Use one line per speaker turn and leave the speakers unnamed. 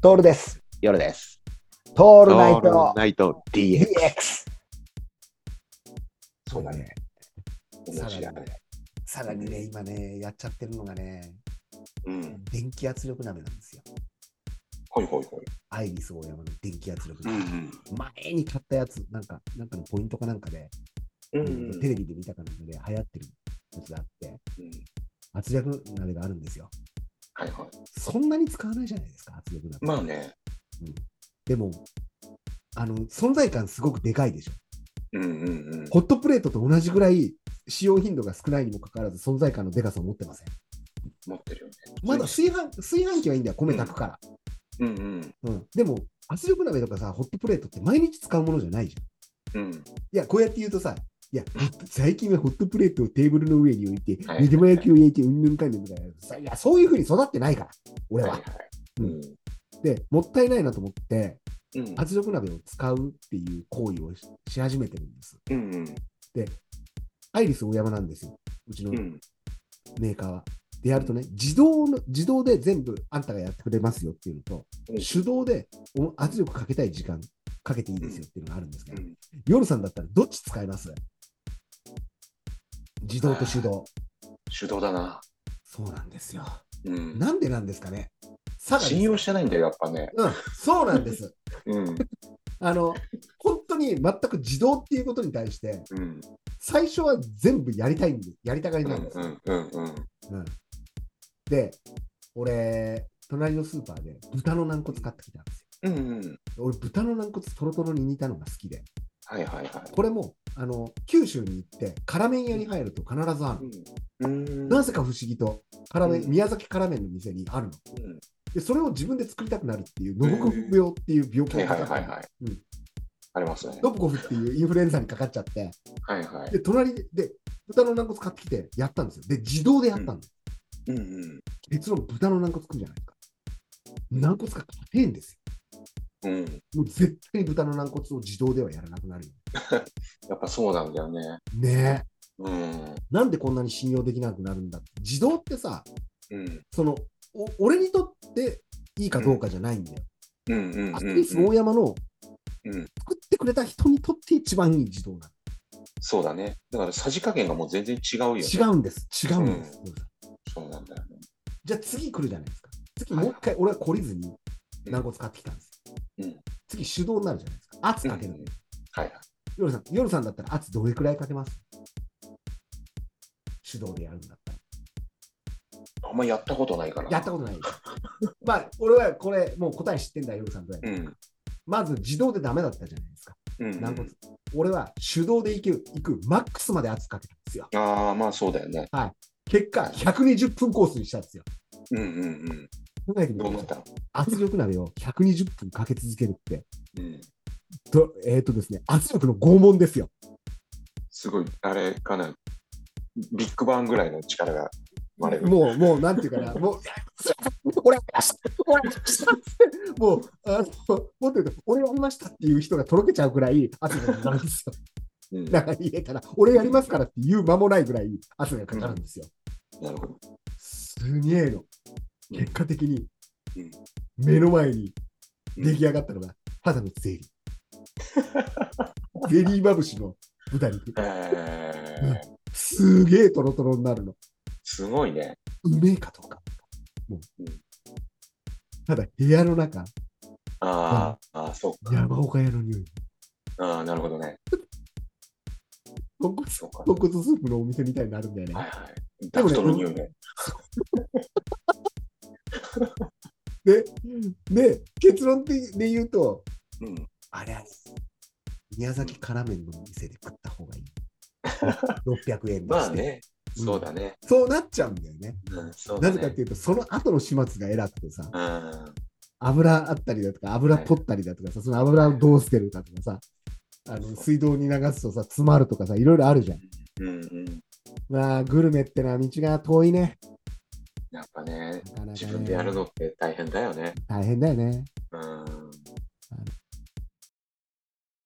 トールです。
夜です。
ト
オ
ールナイト
ナイト DX。
DX。
そうだね。面白い
さ。らにさらにね、今ね、やっちゃってるのがね、
うん。
電気圧力鍋なんですよ。
ほいほいほい。
アイリスオーヤマの電気圧力
う
鍋。
ん。
前に買ったやつ、なんか、なんかのポイントかなんかで、
うん。
テレビで見たかなんかで流行ってるやつがあって、圧力鍋があるんですよ。
はいはい。
そんなに使わないじゃないですか、圧力鍋。
まあね。
でも、あの、存在感すごくでかいでしょ。
うんうんうん。
ホットプレートと同じぐらい使用頻度が少ないにもかかわらず存在感のでかさを持ってません。
持ってるよね。
まだ炊飯炊飯器はいいんだよ、米炊くから。
うんうん。
うんでも、圧力鍋とかさ、ホットプレートって毎日使うものじゃないじゃん。
うん。
いや、こうやって言うとさ、いや、最近はホットプレートをテーブルの上に置いて
は、い
目玉焼きを焼いて、うんぬんかんぬんみたいなさ。いや、そういうふうに育ってないから、俺は。
いうん。
で、もったいないなと思って、
うん。
圧力鍋を使うっていう行為をしし始めてるんです。
うんうん。
アイリス大山なんですよ、うちの
うん。
メーカーは。でやるとね、自動の、自動で全部あんたがやってくれますよっていうのと、
うん
手動でお圧力かけたい時間かけていいですよっていうのがあるんですけ
う
ど、
ん
夜さんだったらどっち使います自動と手動。
手動だな。
そうなんですよ。
うん。
なんでなんですかね差がです
信用してないんだよ、やっぱね。
うん、そうなんです。
うん。
あの、本当に全く自動っていうことに対して、
うん。
最初は全部やりたいんで、やりたがり
う
なんんです
う
よ。
んうんうん。
うんで、俺、隣のスーパーで豚の軟骨買ってきたんです
うんうん。
よ。俺、豚の軟骨とろとろに煮たのが好きで、
はいはいはい。
これもあの九州に行って、辛麺屋に入ると必ずあるの。
うん
なぜか不思議と辛麺、
うん
宮崎辛麺の店にあるの。
うん
で、それを自分で作りたくなるっていう、ノブコフ病っていう病気
は
に
い
か
はい
かっ
は
た
い
の
はい
うん。
ありますね。
ノブコフっていうインフルエンザにかかっちゃって、
はいはい。
で、隣で豚の軟骨買ってきてやったんですよ。で、自動でやったんです。
うんうん。
結論、豚の軟骨食うじゃないですか。軟骨が硬いんですよ
うん。
もう絶対に豚の軟骨を自動ではやらなくなるよ。
やっぱそうなんだよね。
ねえ。
うん。
なんでこんなに信用できなくなるんだって。自動ってさ、
うん。
その、お俺にとっていいかどうかじゃないんだよ。
うんうんうん
アス
う
リス
ん。
大山の
うん
作ってくれた人にとって一番いい自動な
そうだね。だからさじ加減がもう全然違うよ
の。
ね。
違うんです。違うんです。
そうなんだよね。
じゃあ次来るじゃないですか。次もう一回俺は懲りずに軟骨買ってきたんですよ。
うん
次手動になるじゃないですか。圧かけるのよ。
はいはい。
夜さん、夜さんだったら圧どれくらいかけます手動でやるんだったら。
あんまやったことないから。
やったことないです。 まあ、俺はこれ、もう答え知ってんだよ、ヨルさんぐらい。
うん。
まず自動でダメだったじゃないですか。
うん。
軟骨。俺は手動でいける、いく、マックスまで圧かけたんですよ。
ああ、まあそうだよね。
結果、120分コースにしたんですよ。
うんうん
考えて
う
み
ん。
て
どう
くだ
思っ
さい
たの
圧力鍋を120分かけ続けるって、
うん。
どえっ、とですね、圧力の拷問ですよ。
すごい、あれかな。ビッグバンぐらいの力が生まれる。
もう、もう、なんていうかな、もう、すいません俺はやりました、俺はやりましたってもう、あの、もっと言うと、俺やりましたっていう人がとろけちゃうくらい圧力になるんですよ。
うんな
中に入れたら、俺やりますからって言う間もないぐらい汗がかかるんですよ。
るほど。
すげえの。
うん
結果的に
うん、
目の前に
うん
出来上がったのが、肌のゼリー。ゼリーまぶしの豚肉。
えー、
すげえトロトロになるの。
すごいね。
うめえかどうか。もう
うん
ただ、部屋の中、
あーあー、そうか。
山岡屋の匂い。
ああ、なるほどね。
豚骨
そうか。
豚骨スープのお店みたいになるんだよね。
はいはい。ダクトの匂いね。
で、で、結論でで言うと、
うん。
あれあれ。宮崎辛麺の店で食った方が いい。600円出して、
まあね。
うん
そうだね。
そうなっちゃうんだよね。
うん、そう
な
だ
ぜかっ
ね。
ていうと、その後の始末が偉くてさ、
うん。
油あったりだとか、油取ったりだとかさ、その油をどう捨てるかとかさ、あの水道に流すとさ、詰まるとかさ、いろいろあるじゃん。
うんうん。
まあ、グルメってのは道が遠いね。
やっぱね、
なかなか、ね、
自分でやるのって大変だよね。
大変だよね。
うん。